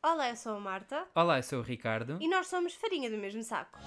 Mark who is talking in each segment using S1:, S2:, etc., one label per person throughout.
S1: Olá, eu sou a Marta
S2: Olá, eu sou o Ricardo.
S1: e nós somos farinha do mesmo saco.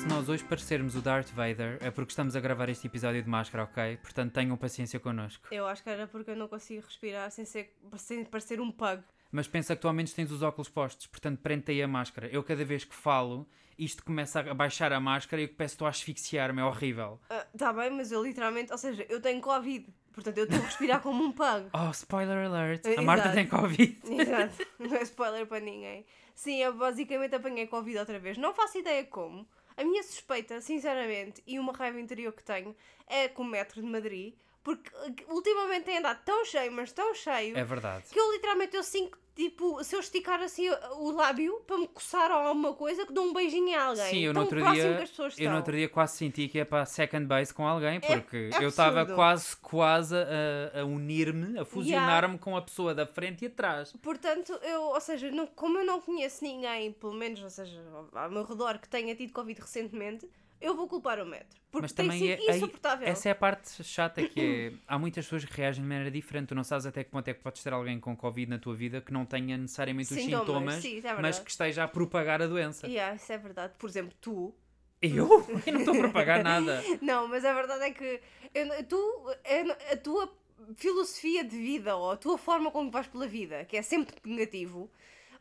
S2: Se nós hoje parecermos o Darth Vader, é porque estamos a gravar este episódio de máscara, ok? Portanto, tenham paciência connosco.
S1: Eu acho que era porque eu não consigo respirar sem, ser, sem parecer um pug.
S2: Mas pensa que tu ao menos tens os óculos postos, portanto, prende aí a máscara. Eu, cada vez que falo, isto começa a baixar a máscara e eu começo a asfixiar-me, é horrível.
S1: Está Ah, tá bem, mas eu literalmente, ou seja, eu tenho Covid, portanto eu estou a respirar como um pug.
S2: Oh, spoiler alert!
S1: É, Exato.
S2: A Marta tem Covid.
S1: Exato, não é spoiler para ninguém. Sim, eu basicamente apanhei Covid outra vez. Não faço ideia como. A minha suspeita, sinceramente, e uma raiva interior que tenho, é com o metro de Madrid, porque eh, ultimamente tem andado tão cheio, mas tão cheio,
S2: É verdade.
S1: que eu literalmente eu sinto, tipo, se eu esticar assim o lábio para me coçar ou alguma coisa, que dou um beijinho a alguém.
S2: Sim, eu no,
S1: tão
S2: outro
S1: próximo
S2: dia,
S1: que as pessoas
S2: eu no
S1: estão.
S2: outro dia quase senti que ia para a second base com alguém, porque
S1: é
S2: eu estava
S1: absurdo.
S2: quase, quase a, a unir-me, a fusionar-me com a pessoa da frente e atrás.
S1: Portanto, eu, ou seja, não, como eu não conheço ninguém, pelo menos, ou seja, ao- ao meu redor que tenha tido Covid recentemente, eu vou culpar o metro. Porque
S2: Mas
S1: tem
S2: também é,
S1: sido
S2: aí-
S1: insuportável.
S2: essa é a parte chata que é, há muitas pessoas que reagem de maneira diferente, tu não sabes até que ponto é que podes ter alguém com Covid na tua vida que não tenha necessariamente
S1: Sintomas,
S2: os sintomas,
S1: sim, isso é
S2: mas
S1: verdade.
S2: que esteja a propagar a doença.
S1: Yeah, isso é verdade. Por exemplo, tu.
S2: Eu? Eu não estou a propagar nada.
S1: Não, mas a verdade é que eu não- tu, eu não- a tua filosofia de vida ou a tua forma como vais pela vida, que é sempre negativo,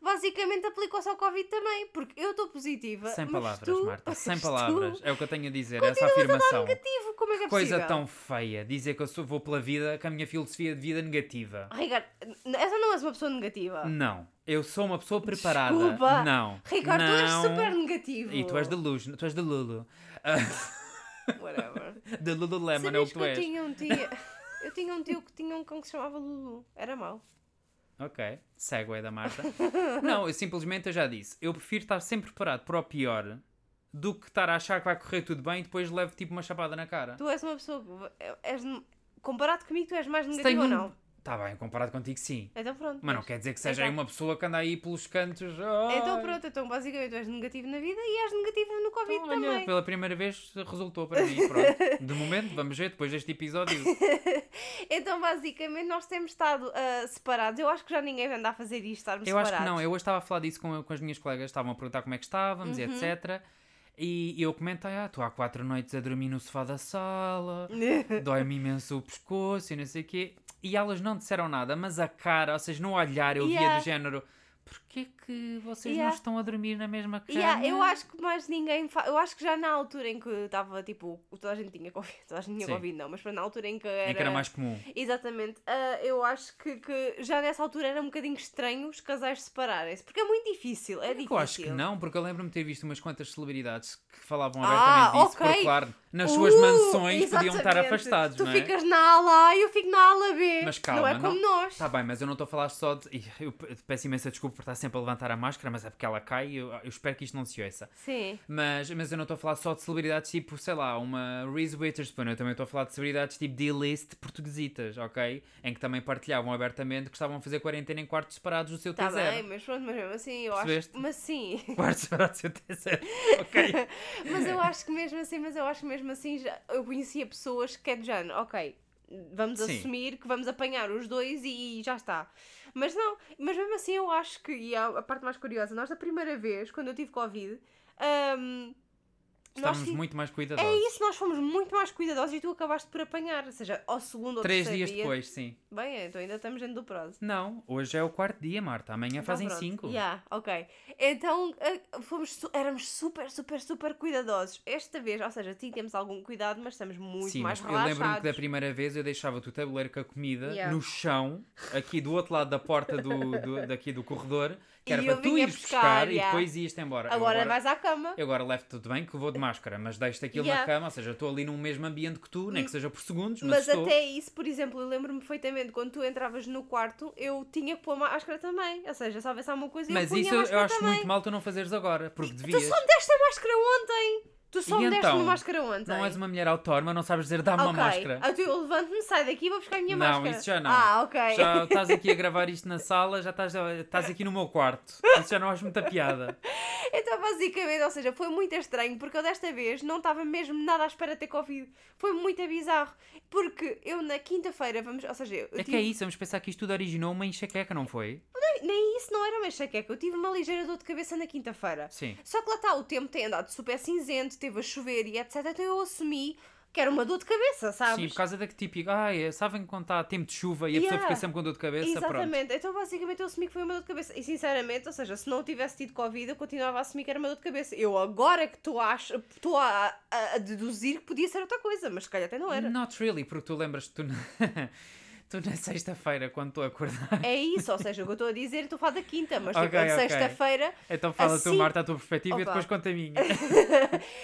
S1: basicamente aplicou-se ao Covid também. Porque eu estou positiva.
S2: Sem
S1: mas
S2: palavras,
S1: tu,
S2: Marta, sem
S1: mas tu-
S2: palavras. É o que eu tenho a dizer, essa afirmação.
S1: Negativo, como é que é
S2: Coisa
S1: possível?
S2: tão feia, dizer que eu sou, vou pela vida com a minha filosofia de vida é negativa.
S1: Ah, Ricardo, n- essa não és uma pessoa negativa.
S2: Não, eu sou uma pessoa preparada.
S1: Ah. Desculpa.
S2: Não.
S1: Ricardo, tu és
S2: não.
S1: super negativo.
S2: E tu és de luz, tu és de Lulu. Ah,
S1: Whatever.
S2: de Lululemon é o
S1: Sabias que
S2: que tu
S1: eu
S2: és.
S1: tinha um tio... Eu tinha um tio que tinha um cão que se chamava Lulu. Era mau.
S2: Ok, segue da Marta. não, eu simplesmente eu já disse, eu prefiro estar sempre preparado para o pior do que estar a achar que vai correr tudo bem e depois levo tipo uma chapada na cara.
S1: Tu és uma pessoa... que- És... Comparado comigo, tu és mais
S2: Se
S1: negativo ou
S2: um-
S1: não?
S2: Tá bem, comparado contigo sim.
S1: Então pronto.
S2: Mas não
S1: vês.
S2: quer dizer que seja aí
S1: Então-
S2: uma pessoa que anda aí pelos cantos. "Ah,
S1: Então
S2: "Ai,
S1: pronto, então basicamente tu és negativo na vida e és negativo no Covid
S2: Então, olha,
S1: também.
S2: pela primeira vez resultou para mim. Pronto. De momento, vamos ver depois deste episódio.
S1: Então basicamente nós temos estado ah, separados. Eu acho que já ninguém vai andar a fazer isto, estarmos
S2: Eu
S1: separados.
S2: acho que não, eu hoje estava a falar disso com, com as minhas colegas, estavam a perguntar como é que estávamos,
S1: Uhum.
S2: e etc. E eu comentei, ah, estou há quatro noites a dormir no sofá da sala, dói-me imenso o pescoço e não sei o quê. E elas não disseram nada, mas a cara, ou seja, no olhar eu via
S1: Yeah.
S2: do género, porquê que vocês
S1: Yeah.
S2: não estão a dormir na mesma cama?
S1: Yeah, eu acho que mais ninguém. fa- Eu acho que já na altura em que estava tipo. Toda a gente tinha Covid. Toda a gente tinha
S2: Sim.
S1: Covid, não, mas para na altura em que
S2: É
S1: era.
S2: que era mais comum.
S1: Exatamente. Ah, eu acho que, que já nessa altura era um bocadinho estranho os casais separarem-se. Porque é muito difícil. É
S2: É
S1: difícil.
S2: que Eu acho que não, porque eu lembro-me de ter visto umas quantas celebridades que falavam
S1: Ah,
S2: abertamente disso,
S1: ok.
S2: porque, claro, nas suas
S1: Uh,
S2: mansões podiam estar
S1: exatamente.
S2: afastados,
S1: Tu
S2: não é?
S1: ficas na ala A e eu fico na ala B.
S2: Mas
S1: não
S2: calma,
S1: é como nós.
S2: Tá bem, mas eu não estou a falar só de. Ih, Eu pe- peço imensa desculpa por estar sempre a levantar a máscara, mas é porque ela cai e eu, eu espero que isto não se ouça.
S1: Sim.
S2: Mas, mas eu não estou a falar só de celebridades tipo, sei lá, uma Reese Witherspoon. Eu também estou a falar de celebridades tipo D-list portuguesitas, ok? Em que também partilhavam abertamente que estavam a fazer quarentena em quartos separados do seu
S1: Tá
S2: T0.
S1: bem, mas pronto, mas mesmo assim eu
S2: Percebeste?
S1: acho. Mas sim.
S2: Quartos separados do seu T0. Ok.
S1: mas eu acho que mesmo assim, mas eu acho que mesmo assim já, eu conhecia pessoas que é do género, ok, vamos
S2: Sim.
S1: assumir que vamos apanhar os dois e, e já está. Mas não, mas mesmo assim eu acho que, e a, a parte mais curiosa, nós da primeira vez, quando eu tive Covid, hum, nós
S2: Estávamos
S1: fi-
S2: muito mais cuidadosos.
S1: é isso, nós fomos muito mais cuidadosos e tu acabaste por apanhar, ou seja, ao segundo ou
S2: Três
S1: terceiro
S2: dias
S1: dia.
S2: depois, sim.
S1: Bem, então ainda estamos dentro do prazo.
S2: Não, hoje é o quarto dia, Marta. Amanhã
S1: Então
S2: fazem
S1: pronto.
S2: cinco.
S1: Yeah, ok. Então eh, fomos su- éramos super, super, super cuidadosos. Esta vez, ou seja, sim, temos algum cuidado, mas estamos muito
S2: Sim,
S1: mais
S2: mas eu lembro-me que da
S1: relaxados.
S2: primeira vez eu deixava o tabuleiro com a comida
S1: Yeah.
S2: no chão, aqui do outro lado da porta do, do- daqui do corredor,
S1: E
S2: que era
S1: eu
S2: para tu
S1: vinha
S2: ires
S1: buscar,
S2: buscar,
S1: yeah.
S2: e depois ias-te embora. Eu
S1: Agora vais à cama.
S2: eu agora levo tudo bem que eu vou de máscara, mas deixo-te aquilo
S1: Yeah.
S2: na cama, ou seja, eu estou ali no mesmo ambiente que tu, nem que seja por segundos, mas,
S1: Mas
S2: estou.
S1: até isso, por exemplo, eu lembro-me perfeitamente quando tu entravas no quarto, eu tinha que pôr máscara também. Ou seja, se houvesse alguma coisa,
S2: Mas
S1: eu punha
S2: isso eu,
S1: máscara
S2: acho
S1: também.
S2: muito mal tu não fazeres agora, porque
S1: Tu
S2: devias.
S1: só me deste a máscara ontem! Tu só
S2: E
S1: me deste
S2: então?
S1: uma máscara ontem.
S2: Não és uma mulher autónoma, não sabes dizer dá-me uma
S1: Ok.
S2: máscara.
S1: Ah, tu, Eu levanto-me, saio daqui e vou buscar a minha
S2: Não,
S1: máscara.
S2: isso já não.
S1: Ah, ok.
S2: Já estás aqui a gravar isto na sala, já estás, estás aqui no meu quarto. Isso já não acho muita piada.
S1: Então, basicamente, ou seja, foi muito estranho, porque eu desta vez não estava mesmo nada à espera de ter Covid. Foi muito bizarro, porque eu na quinta-feira, vamos, ou seja, eu
S2: É que é isso, vamos pensar que isto tudo originou uma enxaqueca, não foi?
S1: nem, nem isso não era uma enxaqueca, eu tive uma ligeira dor de cabeça na quinta-feira.
S2: Sim.
S1: Só que lá está, o tempo tem andado super cinzento, teve a chover e etc, então eu assumi que era uma dor de cabeça, sabes?
S2: Sim, por causa da que típico, ah, é, sabem quando está tempo de chuva e a pessoa
S1: Yeah.
S2: fica sempre com dor de cabeça, pronto.
S1: Exatamente, então basicamente eu assumi que foi uma dor de cabeça. E sinceramente, ou seja, se não tivesse tido Covid, eu continuava a assumir que era uma dor de cabeça. Eu agora que estou a, ach- estou a, a- a deduzir que podia ser outra coisa, mas se calhar até não era.
S2: Not really, porque tu lembras que tu na, tu na sexta-feira, quando tu acordar,
S1: É isso, ou seja, o que eu estou a dizer, estou a falar da quinta, mas tipo,
S2: Ok,
S1: a
S2: ok.
S1: sexta-feira,
S2: então fala tu,
S1: Assim-
S2: Marta, a tua perspectiva e
S1: Opa.
S2: depois conta a minha.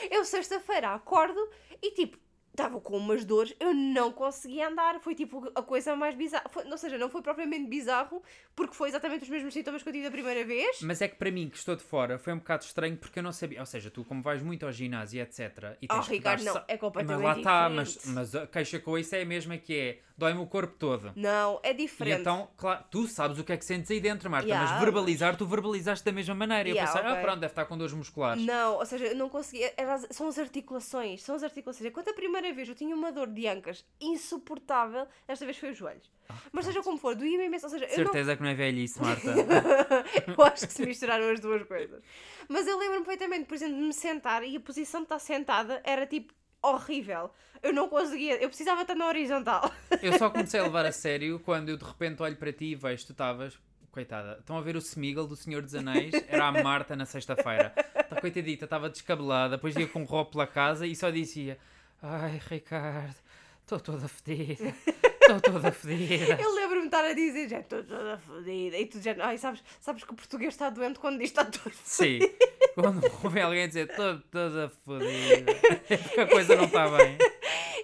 S1: eu sexta-feira acordo e tipo, estava com umas dores, eu não conseguia andar, foi tipo a coisa mais bizarra, foi, ou seja, não foi propriamente bizarro, porque foi exatamente os mesmos sintomas que eu tive da primeira vez.
S2: Mas é que para mim, que estou de fora, foi um bocado estranho porque eu não sabia. Ou seja, tu, como vais muito ao ginásio, etc. E
S1: Oh,
S2: que dar
S1: Ricardo, não,
S2: sa-
S1: é completamente
S2: Mas lá está, mas,
S1: diferente.
S2: mas a queixa com isso é a mesma que é: dói-me o corpo todo.
S1: Não, é
S2: E
S1: diferente.
S2: então, claro, tu sabes o que é que sentes aí dentro, Marta,
S1: Yeah,
S2: mas
S1: mas-
S2: verbalizar, tu verbalizaste da mesma maneira. E eu
S1: Yeah,
S2: pensar, ah,
S1: ok.
S2: pronto, deve estar com dores musculares.
S1: Não, ou seja, eu não conseguia. era as- são as articulações, são as articulações. Enquanto a primeira vez eu tinha uma dor de ancas insuportável, desta vez foi os joelhos. Mas seja como for, doía-me imenso. Ou seja, eu não.
S2: Certeza que não é velhice, Marta.
S1: eu acho que se misturaram as duas coisas. Mas eu lembro-me perfeitamente, por exemplo, de me sentar e a posição de estar sentada era tipo horrível. Eu não conseguia, eu precisava estar na horizontal.
S2: eu só comecei a levar a sério quando eu de repente olho para ti e vejo, tu estavas. Coitada, estão a ver o Smeagol do Senhor dos Anéis? Era a Marta na sexta-feira. Tá, coitadita, estava descabelada, depois ia com roupa pela casa e só dizia: Ai, Ricardo, estou toda fedida, estou toda fedida.
S1: Eu lembro-me de estar a dizer, já estou toda fodida. E tu já, ai, sabes, sabes que o português está doente quando diz que está todo
S2: Sim. Quando ouve alguém dizer estou toda fodida, é porque a coisa não está bem.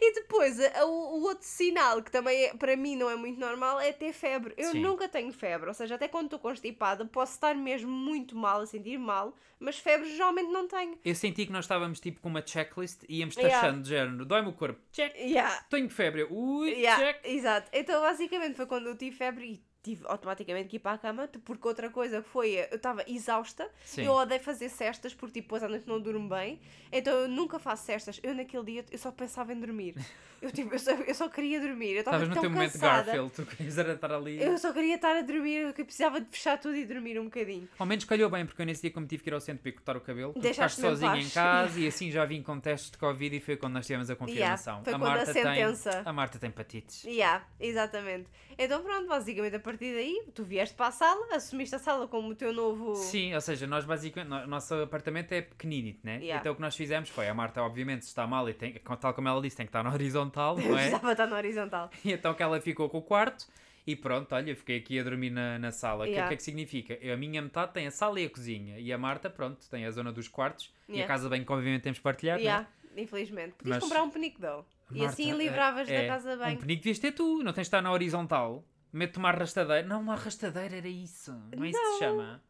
S1: E depois, a- o, o outro sinal, que também é- para mim não é muito normal, é ter febre. Eu
S2: Sim.
S1: nunca tenho febre, ou seja, até quando estou constipada, posso estar mesmo muito mal, a sentir mal, mas febre geralmente não tenho.
S2: Eu senti que nós estávamos tipo com uma checklist e íamos
S1: Yeah.
S2: taxando de género. Dói-me o corpo, check.
S1: Yeah,
S2: Tenho febre, ui,
S1: yeah,
S2: check.
S1: exato. Então, basicamente, foi quando eu tive febre e tive automaticamente que ir para a cama, t- porque outra coisa que foi, eh, eu estava exausta,
S2: Sim.
S1: eu odeio fazer cestas, porque tipo, depois à noite não durmo bem, então eu nunca faço cestas. Eu naquele dia, eu só pensava em dormir. Eu, tipo, eu, só, eu só queria dormir, eu estava
S2: Estavas
S1: tão
S2: no teu momento
S1: cansada.
S2: Garfield, tu querias era estar ali.
S1: Eu só queria estar a dormir, que eu precisava de fechar tudo e dormir um bocadinho.
S2: Ao menos calhou bem, porque eu nesse dia como tive que ir ao centro para ir cortar o cabelo, tu ficaste
S1: Deixaste-me em
S2: sozinha em
S1: paz.
S2: casa e assim já vim com testes de Covid e foi quando nós tivemos a confirmação.
S1: foi quando a sentença.
S2: Tem, a Marta tem patites.
S1: Yeah, exatamente. Então pronto, basicamente a partir daí, tu vieste para a sala, assumiste a sala como o teu novo...
S2: Sim, ou seja, nós basicamente, no- nosso apartamento é pequenino, né?
S1: Yeah.
S2: Então o que nós fizemos foi, a Marta obviamente se está mal e tem, tal como ela disse, tem que estar na horizontal, não é?
S1: Precisava estar na horizontal.
S2: E então que ela ficou com o quarto e pronto, olha, eu fiquei aqui a dormir na, na sala. O que é- O
S1: Yeah.
S2: que é que significa? Eu, a minha metade tem a sala e a cozinha e a Marta, pronto, tem a zona dos quartos e a
S1: Yeah.
S2: casa bem que obviamente temos de partilhar, não é?
S1: Yeah, infelizmente. Podias
S2: Mas-
S1: comprar um penico E
S2: Marta,
S1: assim
S2: é-
S1: livravas
S2: é,
S1: da casa bem.
S2: Um penico devias ter tu, não tens de estar na horizontal. Mete uma arrastadeira. Não, uma arrastadeira era isso. Não é isso que se chama.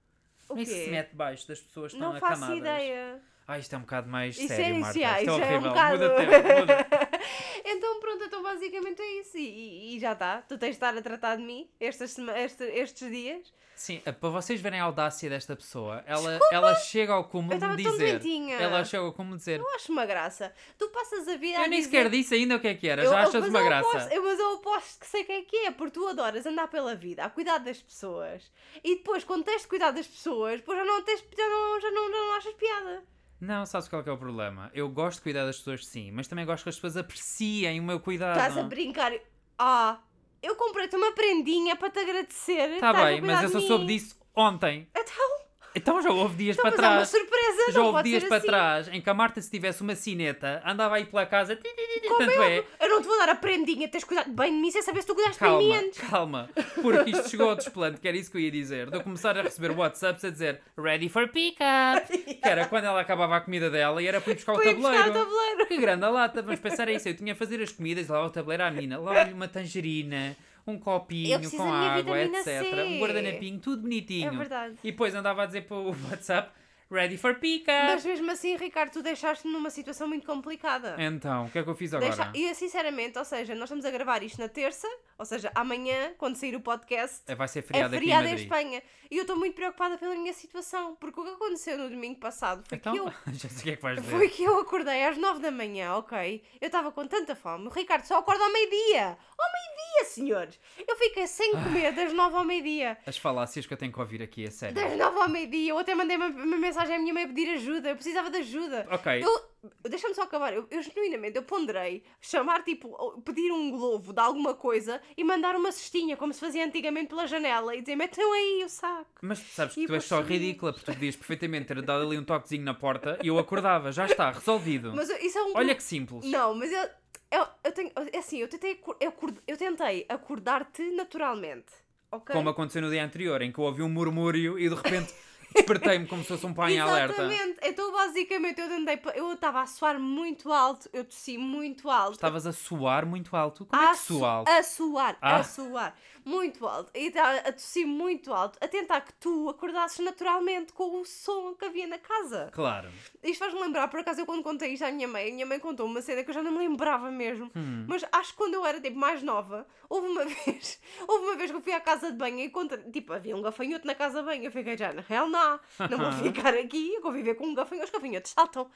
S1: O
S2: Não é isso que se
S1: quê?
S2: mete debaixo das pessoas que estão
S1: Não faço
S2: acamadas.
S1: ideia.
S2: Ah, isto é um bocado mais
S1: Isso é
S2: sério, Marta.
S1: isso, já,
S2: isto é
S1: isso já é um
S2: horrível.
S1: bocado.
S2: muda tempo, muda.
S1: Então pronto, então basicamente é isso. E, e- e já está. Tu tens de estar a tratar de mim estas sema- este- estes dias.
S2: Sim, eh, para vocês verem a audácia desta pessoa, ela, ela chega ao cúmulo
S1: Eu tava
S2: de
S1: tão
S2: dizer.
S1: doentinha.
S2: Ela chega ao cúmulo de dizer.
S1: Eu acho uma graça. Tu passas a vida a
S2: Eu nem
S1: dizer-
S2: sequer disse ainda o que é que era,
S1: Eu-
S2: já
S1: eu-
S2: achas
S1: mas
S2: uma
S1: eu
S2: graça.
S1: aposto- eu- mas eu aposto que sei quem é que é, porque tu adoras andar pela vida, a cuidar das pessoas. E depois, quando tens de cuidar das pessoas, depois já não, tens, já não, já não, já não achas piada.
S2: Não, sabes qual é que é o problema? Eu gosto de cuidar das pessoas, sim, mas também gosto que as pessoas apreciem o meu cuidado.
S1: Estás a brincar. Ah, eu comprei-te uma prendinha para te agradecer.
S2: Tá
S1: estás a
S2: bem, mas
S1: cuidar
S2: eu só
S1: de
S2: soube
S1: mim.
S2: disso ontem.
S1: Então,
S2: Então já houve dias
S1: então
S2: para
S1: mas é uma
S2: trás.
S1: surpresa,
S2: Já
S1: não
S2: houve
S1: pode
S2: dias
S1: ser
S2: para
S1: assim.
S2: trás em que a Marta, se tivesse uma cineta, andava aí pela casa. ti, ti, ti, ti, Tanto é,
S1: Eu não te vou dar a prendinha, tens cuidado bem de mim sem saber se tu cuidaste bem de mim
S2: Calma,
S1: antes.
S2: calma, porque isto chegou ao desplante, que era isso que eu ia dizer. De eu começar a receber WhatsApps a dizer ready for pickup, que era quando ela acabava a comida dela e era para ir buscar o
S1: Fui buscar o
S2: tabuleiro.
S1: tabuleiro.
S2: Que grande a lata, vamos pensar é isso. Eu tinha a fazer as comidas, lá o tabuleiro à mina, lá uma tangerina, um
S1: Eu
S2: copinho
S1: preciso
S2: com
S1: da minha
S2: água,
S1: vitamina
S2: etc.
S1: C.
S2: Um guardanapinho, tudo bonitinho.
S1: É verdade.
S2: E depois andava a dizer para o WhatsApp Ready for pick
S1: Mas mesmo assim, Ricardo, tu deixaste-me numa situação muito complicada.
S2: Então, o que É. é que eu fiz agora?
S1: Deixa... E sinceramente, ou seja, nós estamos a gravar isto na terça, ou seja, amanhã, quando sair o podcast,
S2: É, Vai ser
S1: é
S2: feriado,
S1: feriado em
S2: aqui em Madrid.
S1: Espanha. E eu estou muito preocupada pela minha situação, porque o que aconteceu no domingo passado foi
S2: então,
S1: que eu.
S2: já sei o que é que vais dizer.
S1: Foi que eu acordei às 9 da manhã, ok? Eu estava com tanta fome. O Ricardo só acorda ao meio-dia. Ao meio-dia, senhores! Eu fiquei sem
S2: Ah.
S1: comer das 9 ao meio-dia.
S2: As falácias que eu tenho que ouvir aqui, é sério.
S1: Das 9 ao meio-dia. Eu até mandei uma, uma mensagem à minha mãe a pedir ajuda. Eu precisava de ajuda.
S2: Ok,
S1: Eu, deixa-me só acabar. Eu, eu genuinamente, eu ponderei chamar, tipo, ou pedir um globo de alguma coisa e mandar uma cestinha, como se fazia antigamente pela janela, e dizer, metam aí o saco.
S2: mas sabes
S1: E
S2: que tu és só
S1: vocês?
S2: ridícula, porque tu podias perfeitamente ter dado ali um toquezinho na porta e eu acordava, já está, resolvido.
S1: Mas eu- isso é um...
S2: Olha que simples.
S1: Não, mas eu... Eu, eu tenho... é Assim, eu tentei, acor- eu acor- eu tentei acordar-te naturalmente, ok?
S2: Como aconteceu no dia anterior, em que eu ouvi um murmúrio e de repente despertei-me como se fosse um pai em alerta.
S1: Exatamente. Então, basicamente, eu tentei... pa- Eu estava a suar muito alto, eu tossi muito alto.
S2: Estavas a suar muito alto. Como é
S1: a,
S2: que
S1: Ah, su-
S2: sua alto?
S1: a suar, a
S2: Ah.
S1: suar, muito alto, e tá a tossir muito alto, a tentar que tu acordasses naturalmente com o som que havia na casa.
S2: Claro.
S1: Isto faz-me lembrar, por acaso eu quando contei isto à minha mãe, a minha mãe contou uma cena que eu já não me lembrava mesmo, mas acho que quando eu era tipo mais nova, houve uma vez, houve uma vez que eu fui à casa de banho e conta, tipo, havia um gafanhoto na casa de banho, eu fiquei já, na real não, não vou ficar aqui a conviver com um gafanhoto, os gafanhotos saltam.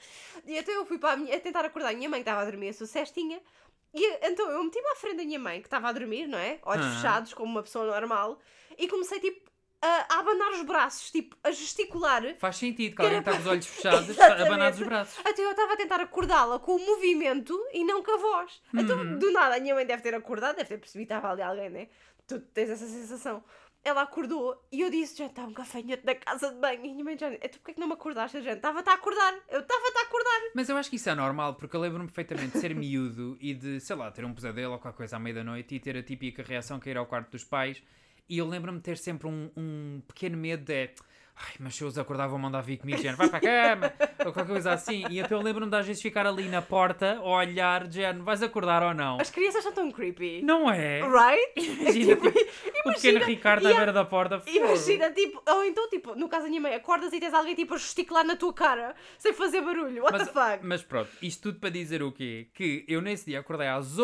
S1: E então eu fui para a, minha, a tentar acordar a minha mãe que estava a dormir a sua cestinha, e então eu meti-me à frente da minha mãe, que estava a dormir, não é? Olhos
S2: Ah.
S1: fechados, como uma pessoa normal, e comecei tipo a, a abanar os braços, tipo, a gesticular.
S2: Faz sentido que alguém está com os olhos fechados,
S1: Exatamente.
S2: abanados os braços.
S1: Até eu estava a tentar acordá-la com o movimento e não com a voz.
S2: Uhum.
S1: Então, do nada, a minha mãe deve ter acordado, deve ter percebido que estava ali alguém, né? Tu tens essa sensação. Ela acordou e eu disse: Já está um gafanhoto na casa de banho. E a minha mãe já disse: Tu porquê que não me acordaste? Gente, estava-te a acordar. Eu estava-te a acordar.
S2: Mas eu acho que isso é normal, porque eu lembro-me perfeitamente de ser miúdo e de, sei lá, ter um pesadelo ou qualquer coisa à meia-da-noite e ter a típica reação que é ir ao quarto dos pais. E eu lembro-me de ter sempre um, um pequeno medo de. Ai, mas se eu os acordar vão mandar vir comigo, de género, vai para a cama, ou qualquer coisa assim. E então eu lembro-me de às vezes ficar ali na porta, a olhar, de género, vais acordar ou não?
S1: As crianças são tão creepy.
S2: Não é?
S1: Right?
S2: Imagina, tipo, o pequeno Ricardo à
S1: yeah.
S2: beira da porta.
S1: Imagina, tipo, ou então, tipo, no caso da minha mãe, acordas e tens alguém tipo a gesticular na tua cara sem fazer barulho. What
S2: Mas,
S1: the fuck?
S2: mas pronto, isto tudo para dizer o quê? Que eu nesse dia acordei às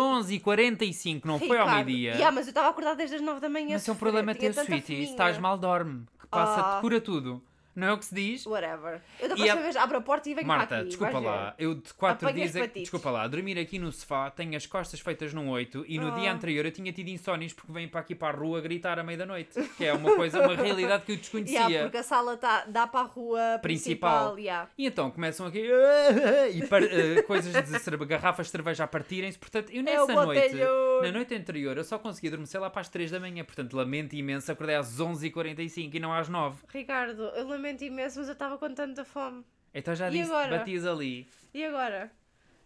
S2: 11h45, não foi ao
S1: Ricardo,
S2: meio-dia.
S1: Yeah, mas eu estava acordada desde as 9 da manhã.
S2: Mas é um
S1: sofrer,
S2: problema
S1: tinha
S2: ter
S1: tanta
S2: sweetie. Se
S1: fominha.
S2: estás mal, dorme. Que passa,
S1: Ah.
S2: te cura tudo. Não é o que se diz?
S1: Whatever. Eu da
S2: E
S1: próxima
S2: a-
S1: vez abro a porta e venho para
S2: Marta,
S1: aqui.
S2: desculpa
S1: vais ver.
S2: lá. Eu de quatro
S1: Apanha
S2: dias.
S1: os
S2: é-
S1: patitos.
S2: Desculpa lá. Dormir aqui no sofá, tenho as costas feitas num 8 e no dia
S1: Ah.
S2: anterior eu tinha tido insónias porque vêm para aqui para a rua gritar à meia-da-noite. Que é uma coisa, uma realidade que eu desconhecia.
S1: Yeah, porque a sala tá, dá para a rua
S2: é Principal.
S1: principal. yeah.
S2: E então começam aqui e par- eh, coisas de cerve- garrafas de cerveja a partirem-se. Portanto,
S1: É
S2: eu nessa noite,
S1: botelho.
S2: na noite anterior, eu só consegui adormecer lá para as 3 da manhã. Portanto, lamento imenso, acordei às 11h45 e não às 9.
S1: Ricardo, eu lamento imenso, mas eu estava com tanta fome.
S2: Então já
S1: E
S2: disse,
S1: agora?
S2: batias ali.
S1: E agora?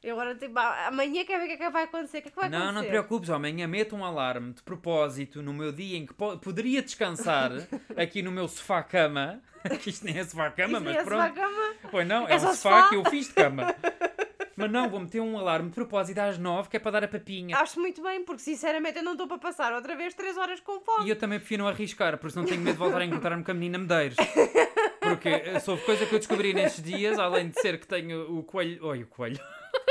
S1: E agora, tipo, a- amanhã quer ver o que é que vai acontecer? O que é que vai
S2: não,
S1: acontecer?
S2: não te preocupes, amanhã meto um alarme de propósito no meu dia em que po- poderia descansar aqui no meu sofá-cama. Que Isto nem é sofá-cama,
S1: Isso
S2: mas
S1: nem é
S2: pronto.
S1: sofá cama.
S2: Pois não, é,
S1: É
S2: um
S1: só
S2: sofá,
S1: sofá.
S2: que eu fiz de cama. Mas não, vou meter um alarme de propósito às 9 que é para dar a papinha.
S1: Acho muito bem, porque sinceramente eu não estou para passar outra vez 3 horas com fome.
S2: E eu também prefiro não arriscar, por isso não tenho medo de voltar a encontrar-me com a menina Medeiros. Porque eh, soube coisa que eu descobri nestes dias, além de ser que tenho o coelho. Oi, o coelho.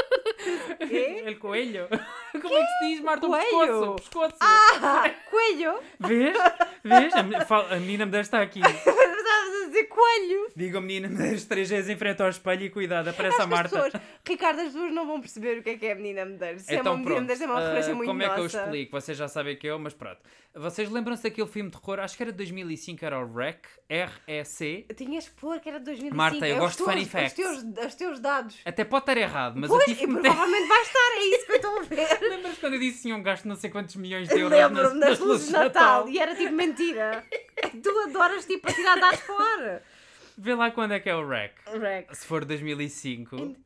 S1: Quê?
S2: El coelho. Como é que se diz, Marta? O pescoço.
S1: Coelho?
S2: O pescoço.
S1: Ah, coelho?
S2: Vês? Vês? A, me- fal- a menina Medeiros está aqui.
S1: Estavas a dizer coelho?
S2: Diga a menina Medeiros três vezes em frente ao espelho e cuidado, aparece a
S1: Acho que as
S2: Marta.
S1: pessoas, Ricardo, as pessoas não vão perceber o que é que é a menina Medeiros. Se é uma
S2: Então
S1: menina
S2: pronto,
S1: Medeiros, é uma referência
S2: ah,
S1: muito
S2: como é que eu
S1: nossa.
S2: explico? Vocês já sabem que eu, mas pronto. Vocês lembram-se daquele filme de terror? Acho que era de 2005, era o REC, R-E-C.
S1: Tinhas que pôr que era de 2005.
S2: Marta,
S1: É
S2: eu
S1: os
S2: gosto de
S1: teus-
S2: funny
S1: os
S2: facts.
S1: teus- Os teus dados.
S2: Até pode estar errado, mas eu
S1: pois, é
S2: tive
S1: e
S2: que meter...
S1: provavelmente vai estar, é isso que eu estou a ver.
S2: Lembras quando eu disse que tinham gasto não sei quantos milhões de euros
S1: Lembro-me
S2: nas,
S1: das luzes de Natal e era tipo mentira. tu adoras tipo atirar dados para o ar.
S2: Vê lá quando é que é o REC.
S1: Rec.
S2: Se for 2005...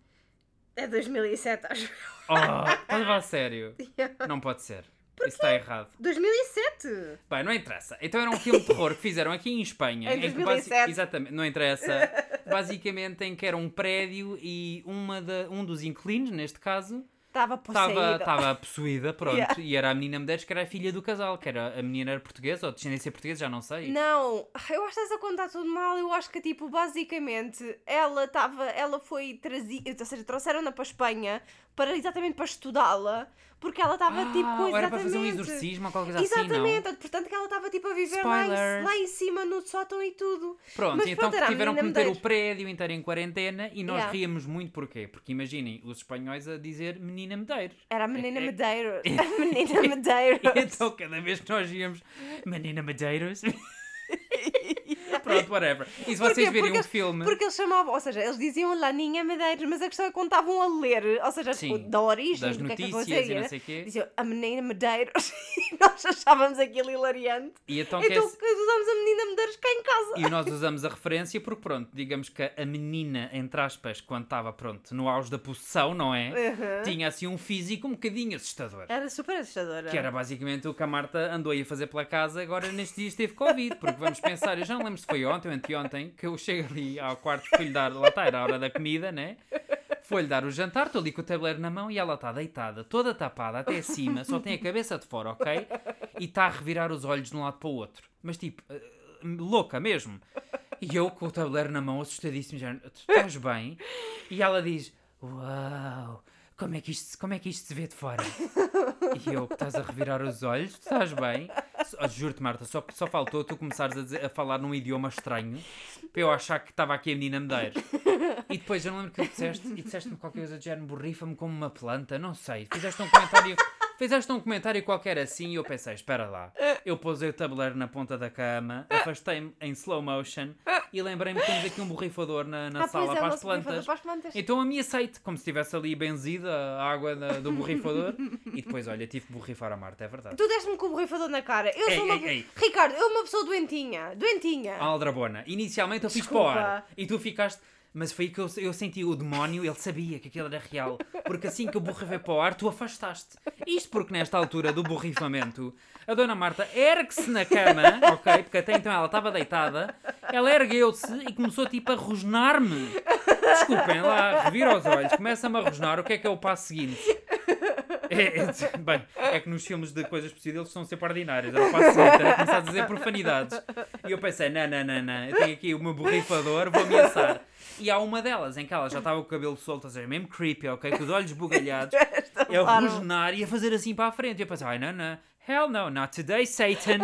S1: É 2007, acho
S2: Oh, estás a sério?
S1: eu.
S2: Não pode ser. Isso está errado.
S1: 2007?
S2: Bem, não interessa. Então era um filme de terror que fizeram aqui em Espanha.
S1: Em
S2: que basi-
S1: 2007.
S2: Exatamente, não interessa. Basicamente em que era um prédio e uma da, um dos inquilinos, neste caso,
S1: Estava
S2: Estava
S1: possuída.
S2: estava possuída, pronto.
S1: Yeah.
S2: E era a menina Medeiros, que era a filha do casal, que era a menina era portuguesa ou descendência portuguesa, já não sei.
S1: Não, eu acho que estás a contar tudo mal. Eu acho que, tipo, basicamente, ela estava. Ela foi trazida. Ou seja, trouxeram-na para a Espanha para exatamente para estudá-la, porque ela estava,
S2: Ah,
S1: tipo, com
S2: ou era para fazer um
S1: exatamente-
S2: exorcismo ou qualquer coisa assim,
S1: Exatamente, portanto que ela estava tipo a viver lá em,
S2: Spoilers.
S1: lá em cima no sótão e tudo.
S2: não? Pronto,
S1: Mas
S2: então
S1: pronto, era a
S2: tiveram que
S1: menina
S2: meter o
S1: Medeiros.
S2: prédio inteiro em quarentena e nós
S1: Yeah.
S2: ríamos muito porquê? Porque imaginem os espanhóis a dizer menina Medeiros.
S1: Era a menina
S2: É- é-
S1: Medeiros. A menina Medeiros.
S2: E então cada vez que nós íamos menina Medeiros. pronto, whatever. E se vocês
S1: Porquê?
S2: verem
S1: Porque-
S2: um filme.
S1: Porque eles chamavam, ou seja, eles diziam Laninha Medeiros, mas a questão é quando estavam a ler, ou seja,
S2: Sim,
S1: da origem,
S2: das
S1: do que é que
S2: notícias
S1: acontecia,
S2: e não sei o quê.
S1: diziam a menina Medeiros e nós achávamos aquilo hilariante.
S2: E então, que é-
S1: Então usámos a menina Medeiros cá em casa.
S2: E nós usamos a referência porque, pronto, digamos que a menina, entre aspas, quando estava, pronto, no auge da possessão, não é?
S1: Uhum.
S2: Tinha assim um físico um bocadinho assustador.
S1: Era super assustadora.
S2: Que era basicamente o que a Marta andou aí a fazer pela casa, agora neste dia esteve Covid, porque vamos pensar, eu já não lembro se foi ontem ou anteontem, que eu chego ali ao quarto, fui-lhe dar, lá está, era a hora da comida, né? Foi-lhe dar o jantar, estou ali com o tabuleiro na mão e ela está deitada, toda tapada até cima, só tem a cabeça de fora, ok? E está a revirar os olhos de um lado para o outro. Mas tipo, eh, louca mesmo. E eu com o tabuleiro na mão, assustadíssimo, já, tu estás bem? E ela diz, uau, como é que isto, como é que isto se vê de fora? E eu, que estás a revirar os olhos, tu estás bem? Só- oh, Juro-te, Marta, só, só faltou tu começares a, dizer- a falar num idioma estranho para eu achar que estava aqui a menina Medeiros. E depois eu não lembro o que tu disseste e disseste-me qualquer coisa de género, borrifa-me como uma planta, não sei. Fizeste um comentário. Fizeste um comentário qualquer assim e eu pensei, espera lá. Eu pusei o tabuleiro na ponta da cama, afastei-me em slow motion e lembrei-me que temos aqui um borrifador na, na
S1: Ah, pois
S2: sala
S1: é, o
S2: para as
S1: nosso borrifador
S2: plantas.
S1: para as plantas.
S2: Então ameacei-te, como se estivesse ali benzida a água da- do borrifador. e depois, olha, tive que borrifar a Marta, é verdade.
S1: Tu deste-me com o borrifador na cara. Eu
S2: Ei,
S1: sou uma.
S2: ei, Ah, ei.
S1: Ricardo, eu sou uma pessoa doentinha. Doentinha.
S2: A Aldrabona. Inicialmente eu fiz
S1: Desculpa.
S2: para o ar e tu ficaste. Mas foi aí que eu, eu senti o demónio, ele sabia que aquilo era real. Porque assim que eu borrifei para o ar, tu afastaste. Isto porque nesta altura do borrifamento, a dona Marta ergue-se na cama, ok? Porque até então ela estava deitada, ela ergueu-se e começou tipo a rosnar-me. Desculpem lá, revira os olhos, começa-me a rosnar, o que é que é o passo seguinte? É, é- bem, é que nos filmes de coisas possíveis eles são sempre ordinários. É Era quase certo, era começar a dizer profanidades. E eu pensei, não, não, não, não, eu tenho aqui o meu borrifador, vou ameaçar. E há uma delas em que ela já estava com o cabelo solto, ou seja, mesmo creepy, ok? Com os olhos bugalhados, eu a
S1: claro.
S2: rosnar e a fazer assim para a frente. E eu pensei, ai, não, não, hell no, not today, Satan.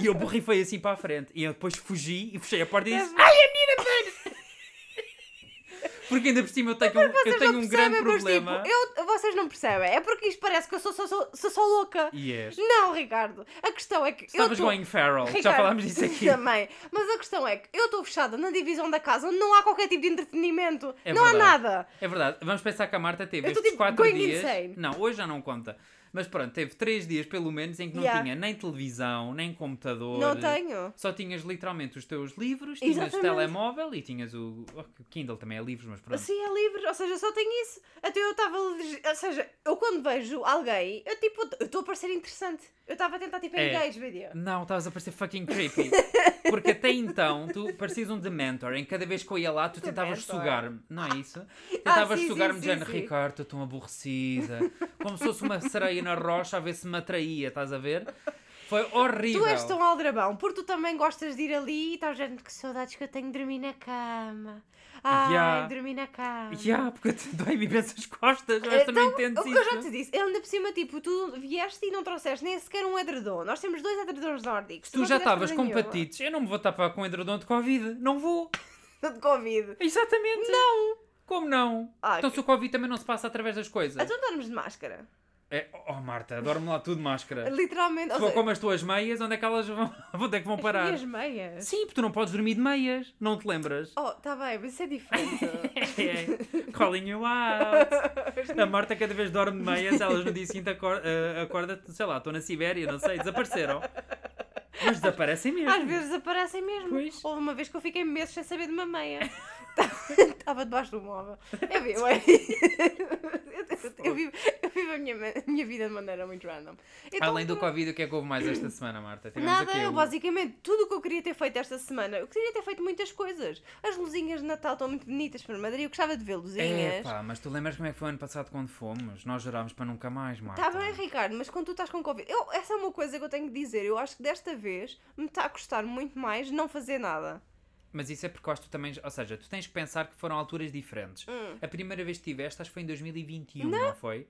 S2: E eu borrifei assim para a frente. E eu depois fugi e fechei a porta e disse, ai, a menina dele! Porque ainda por cima eu tenho um, eu tenho um grande problema.
S1: Mas, tipo, eu, vocês não percebem. É porque isto parece que eu sou, sou, sou, sou só louca.
S2: Yes.
S1: Não, Ricardo. A questão é que.
S2: Estavas
S1: eu tô...
S2: going feral, já
S1: Ricardo,
S2: falámos disso aqui.
S1: Também. Mas a questão é que eu estou fechada na divisão da casa onde não há qualquer tipo de entretenimento.
S2: É
S1: não há
S2: verdade.
S1: nada.
S2: É verdade, vamos pensar que a Marta teve
S1: Eu tô,
S2: estes
S1: tipo,
S2: 4
S1: going
S2: dias.
S1: insane.
S2: Não, hoje já não conta. Mas pronto, teve 3 dias pelo menos em que não
S1: Yeah.
S2: tinha nem televisão, nem computador.
S1: Não tenho.
S2: Só tinhas literalmente os teus livros, tinhas
S1: Exatamente.
S2: telemóvel e tinhas o. oh, o Kindle também é livros, mas pronto.
S1: Assim é livre, ou seja, só tenho isso. Até eu estava. Ou seja, eu quando vejo alguém, eu tipo, eu estou a parecer interessante. Eu estava a tentar tipo
S2: É.
S1: engage vídeo.
S2: Não, estavas a parecer fucking creepy. Porque até então tu parecias um dementor em que cada vez que eu ia lá tu tentavas
S1: Dementor.
S2: sugar-me, não é isso? Tentavas
S1: Ah, sim, sim,
S2: sugar-me
S1: sim,
S2: de género,
S1: sim.
S2: Ricardo, estou tão aborrecida. Como se fosse uma sereia na rocha a ver se me atraía, estás a ver? Foi horrível.
S1: Tu és tão aldrabão, porque tu também gostas de ir ali e estás dizendo que saudades que eu tenho de dormir na cama. Ai,
S2: Yeah.
S1: dormir na cama.
S2: Ya, porque te dói-me imenso as costas, mas tu não entendes
S1: O que Então, eu já te
S2: isso.
S1: disse, ainda por cima, tipo, tu vieste e não trouxeste nem sequer um edredom. Nós temos dois edredons nórdicos.
S2: Tu
S1: não
S2: já
S1: tiveste
S2: estavas
S1: coisa
S2: com
S1: nenhuma.
S2: patites, eu não me vou tapar com edredom de Covid, não vou.
S1: De Covid.
S2: Exatamente. Não. Como não?
S1: Ai,
S2: então se o Covid também não se passa através das coisas.
S1: Então dormes de máscara.
S2: É, oh Marta, dorme lá tudo de máscara.
S1: Literalmente.
S2: É.
S1: ou
S2: Se for
S1: seja,
S2: como as tuas meias, onde é que elas vão, onde é que vão
S1: as
S2: parar?
S1: minhas meias.
S2: Sim, porque tu não podes dormir de meias, não te lembras?
S1: Oh, tá bem, mas isso é diferente.
S2: É, Calling you out. A Marta cada vez dorme de meias, elas no dia seguinte acor- eh, acorda, sei lá, estou na Sibéria, não sei, desapareceram. Mas desaparecem mesmo.
S1: Às vezes aparecem mesmo.
S2: Pois.
S1: Houve uma vez que eu fiquei meses sem saber de uma meia. É Estava debaixo do móvel. Eu vi, eu, eu, eu, vivo- eu, Eu vivo a minha, ma- a minha vida de maneira muito random. Então,
S2: Além do Covid, o que é que houve mais esta semana, Marta? Tivemos um-
S1: Nada,
S2: o quê?
S1: eu
S2: O-
S1: basicamente tudo o que eu queria ter feito esta semana. Eu queria ter feito muitas coisas. As luzinhas de Natal estão muito bonitas para Madrid. Eu gostava de ver luzinhas.
S2: Epá, mas tu lembras como é que foi o ano passado quando fomos? Nós jurámos para nunca mais, Marta.
S1: Está Tá bem, Ricardo, mas quando tu estás com Covid. Eu, essa é uma coisa que eu tenho que dizer. Eu acho que desta vez me está a custar muito mais não fazer nada.
S2: Mas isso é porque eu acho que tu também. Ou seja, tu tens que pensar que foram alturas diferentes.
S1: Hum.
S2: A primeira vez que tiveste, acho que foi em 2021, não, foi?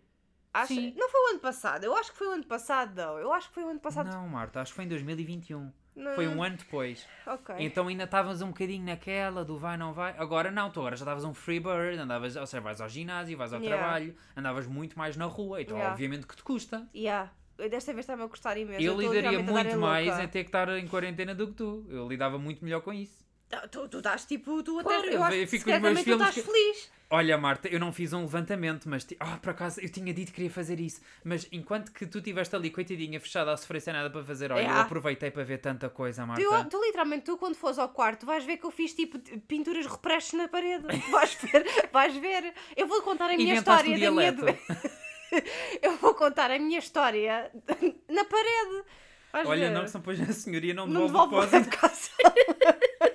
S1: Acho...
S2: Sim.
S1: Não foi o ano passado. Eu acho que foi o ano passado, não. Eu acho que foi o ano passado.
S2: Não, Marta, acho que foi em 2021.
S1: Não.
S2: Foi um ano depois.
S1: Ok.
S2: Então ainda estavas um bocadinho naquela do vai, não vai. Agora não, tu agora já estavas um free bird, andavas, ou seja, vais ao ginásio, vais ao
S1: Yeah.
S2: trabalho, andavas muito mais na rua, então
S1: Yeah.
S2: obviamente que te custa.
S1: Yeah. Eu Desta vez está-me a custar imenso.
S2: eu
S1: estou
S2: lidaria
S1: realmente a dar
S2: muito
S1: a louca.
S2: mais em ter que estar em quarentena do que tu. Eu lidava muito melhor com isso.
S1: Tá, Tu, tu estás tipo, tu
S2: Claro,
S1: até.
S2: eu
S1: Eu acho que
S2: fico com os meus
S1: secretamente tu estás
S2: filmes que-
S1: feliz.
S2: Olha, Marta, eu não fiz um levantamento, mas. ti- Ah, por acaso, eu tinha dito que queria fazer isso. Mas enquanto que tu estiveste ali, coitadinha, fechada a sofrer sem nada para fazer, olha, eu
S1: Yeah.
S2: aproveitei para ver tanta coisa, Marta.
S1: Tu, tu literalmente, tu quando fores ao quarto, vais ver que eu fiz tipo t- pinturas represtes na parede. Vais ver, vais ver. Eu vou contar a minha
S2: Inventaste um
S1: história da minha
S2: dialeto.
S1: doen- Eu vou contar a minha história na parede. Vais
S2: Olha,
S1: ver.
S2: não, que senão depois a senhoria não me
S1: não
S2: devolve o
S1: devolvo o
S2: depósito.
S1: casa.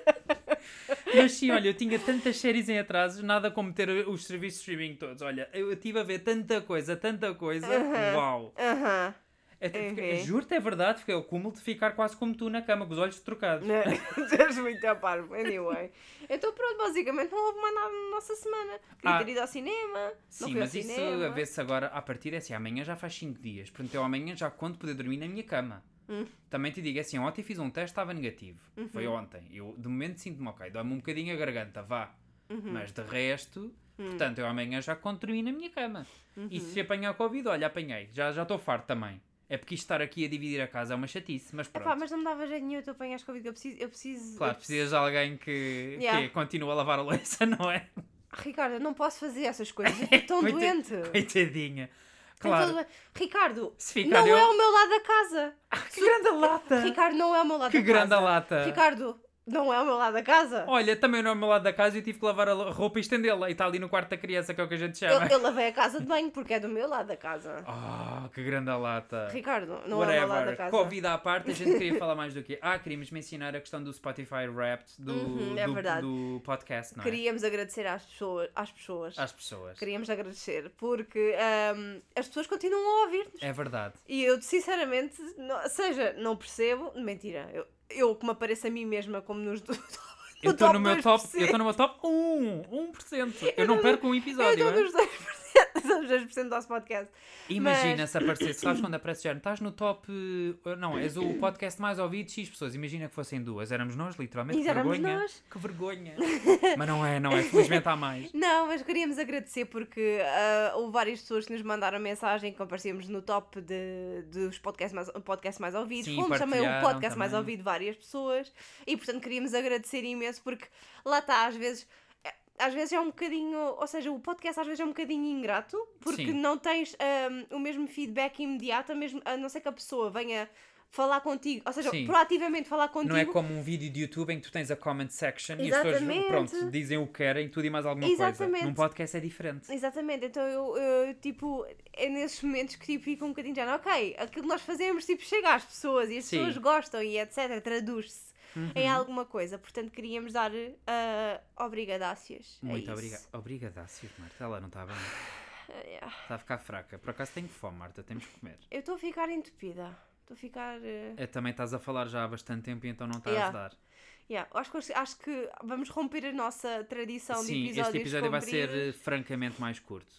S2: Mas sim, olha, eu tinha tantas séries em atrasos, nada como ter os serviços de streaming todos. Olha, eu estive a ver tanta coisa, tanta coisa.
S1: Aham.
S2: Uau!
S1: Aham.
S2: Até fiquei-
S1: Uhum.
S2: Juro-te, é verdade, fiquei ao cúmulo de ficar quase como tu na cama, com os olhos trocados.
S1: Não, Tu és muito a parvo. Anyway. Então pronto, basicamente não houve mais nada na nossa semana. Queria
S2: Ah.
S1: ter ido ao cinema. não
S2: Sim,
S1: fui ao
S2: mas isso
S1: cinema.
S2: a ver se agora, a partir é assim, amanhã já faz 5 dias. Portanto, eu amanhã já conto poder dormir na minha cama.
S1: Hum.
S2: Também te digo, é assim, ontem fiz um teste, estava negativo.
S1: Uhum.
S2: Foi ontem. Eu, de momento, sinto-me ok. Dói-me um bocadinho a garganta, vá.
S1: Hum. Uhum,
S2: Mas de resto, portanto, eu amanhã já conto dormir na minha cama.
S1: uhum.
S2: E se apanhar Covid, olha, apanhei. Já já estou farto também. É porque isto estar aqui a dividir a casa é uma chatice, mas pronto.
S1: Epá, mas não me dava jeito nenhum, tu apanhas Covid, que eu preciso. Eu preciso
S2: Claro,
S1: eu
S2: precisas de alguém que,
S1: Yeah.
S2: que continue a lavar a louça, não é?
S1: Ricardo, eu não posso fazer essas coisas. Eu estou tão
S2: Coita-
S1: doente.
S2: Coitadinha.
S1: Eu estou
S2: Claro.
S1: doente. Ricardo,
S2: Se ficar
S1: não
S2: eu- Ah,
S1: é o meu lado da casa.
S2: Que grande lata!
S1: Ricardo, não é o meu lado
S2: Ah? Que
S1: da casa.
S2: grande lata!
S1: Ricardo, não é o meu lado da casa.
S2: Olha, também não é o meu lado da casa e eu tive que lavar a lo- roupa e estendê-la. E está ali no quarto da criança, que é o que a gente
S1: Eu,
S2: chama.
S1: eu lavei a casa de banho porque é do meu lado da casa.
S2: Oh, que grande lata.
S1: Ricardo, não é o meu lado da
S2: Whatever.
S1: casa.
S2: Covid à parte, a gente queria falar mais do quê? Ah, queríamos mencionar a questão do Spotify Wrapped, do,
S1: Uhum, é
S2: do,
S1: verdade.
S2: do podcast, não é?
S1: Queríamos agradecer às pessoas. Às pessoas.
S2: Às pessoas.
S1: Queríamos agradecer porque ahm, as pessoas continuam a ouvir-nos.
S2: É verdade.
S1: E eu, sinceramente, não- ou seja, não percebo. Mentira, eu, eu que me apareço a mim mesma como nos. do-
S2: Eu estou no meu top,
S1: 2%.
S2: eu estou no meu top 1, 1%. Eu não
S1: tô-
S2: perco um
S1: Eu
S2: episódio,
S1: estou
S2: é?
S1: nos 2%, somos 2% do nosso podcast.
S2: Imagina se aparecesse, sabes quando aparece já, estás no top, eh, não, és o podcast mais ouvido, X pessoas, imagina que fossem duas, éramos nós, literalmente,
S1: E
S2: que
S1: éramos
S2: vergonha.
S1: nós.
S2: Que vergonha. Mas não é, não é, felizmente há mais.
S1: Não, mas queríamos agradecer porque ah, houve várias pessoas que nos mandaram mensagem que aparecíamos no top de, dos podcasts mais, podcasts mais ouvidos.
S2: Sim,
S1: Fomos também o
S2: partilharam
S1: podcast mais
S2: também.
S1: ouvido de várias pessoas e, portanto, queríamos agradecer imenso porque lá está, às vezes. é- Às vezes é um bocadinho, ou seja, o podcast às vezes é um bocadinho ingrato porque
S2: Sim.
S1: não tens ah, o mesmo feedback imediato, a, mesmo, a não ser que a pessoa venha falar contigo, ou seja,
S2: Sim.
S1: proativamente falar contigo.
S2: Não é como um vídeo de YouTube em que tu tens a comment section e as
S1: Exatamente.
S2: pessoas, pronto, dizem o que querem, tudo e mais alguma
S1: Exatamente.
S2: coisa. Num podcast é diferente.
S1: Exatamente, então eu, eu, tipo, é nesses momentos que tipo, fico um bocadinho já, ok, aquilo que nós fazemos tipo, chega às pessoas e as
S2: Sim. Uhum.
S1: pessoas gostam e etc, traduz-se em alguma coisa, portanto queríamos dar uh, obrigadácias. a
S2: Muito
S1: isso. Ah,
S2: obrigada. Obrigadácio, Marta. Ela não está bem. Está a ficar fraca. Por acaso tenho fome, Marta. Temos que comer.
S1: Eu estou a ficar entupida, estou a ficar. Uh...
S2: É, também estás a falar já há bastante tempo e então não está a
S1: Yeah.
S2: ajudar.
S1: Yeah, acho, que, acho que vamos romper a nossa tradição
S2: Sim,
S1: de episódios
S2: este episódio vai ser
S1: compridos,
S2: eh, francamente mais curto.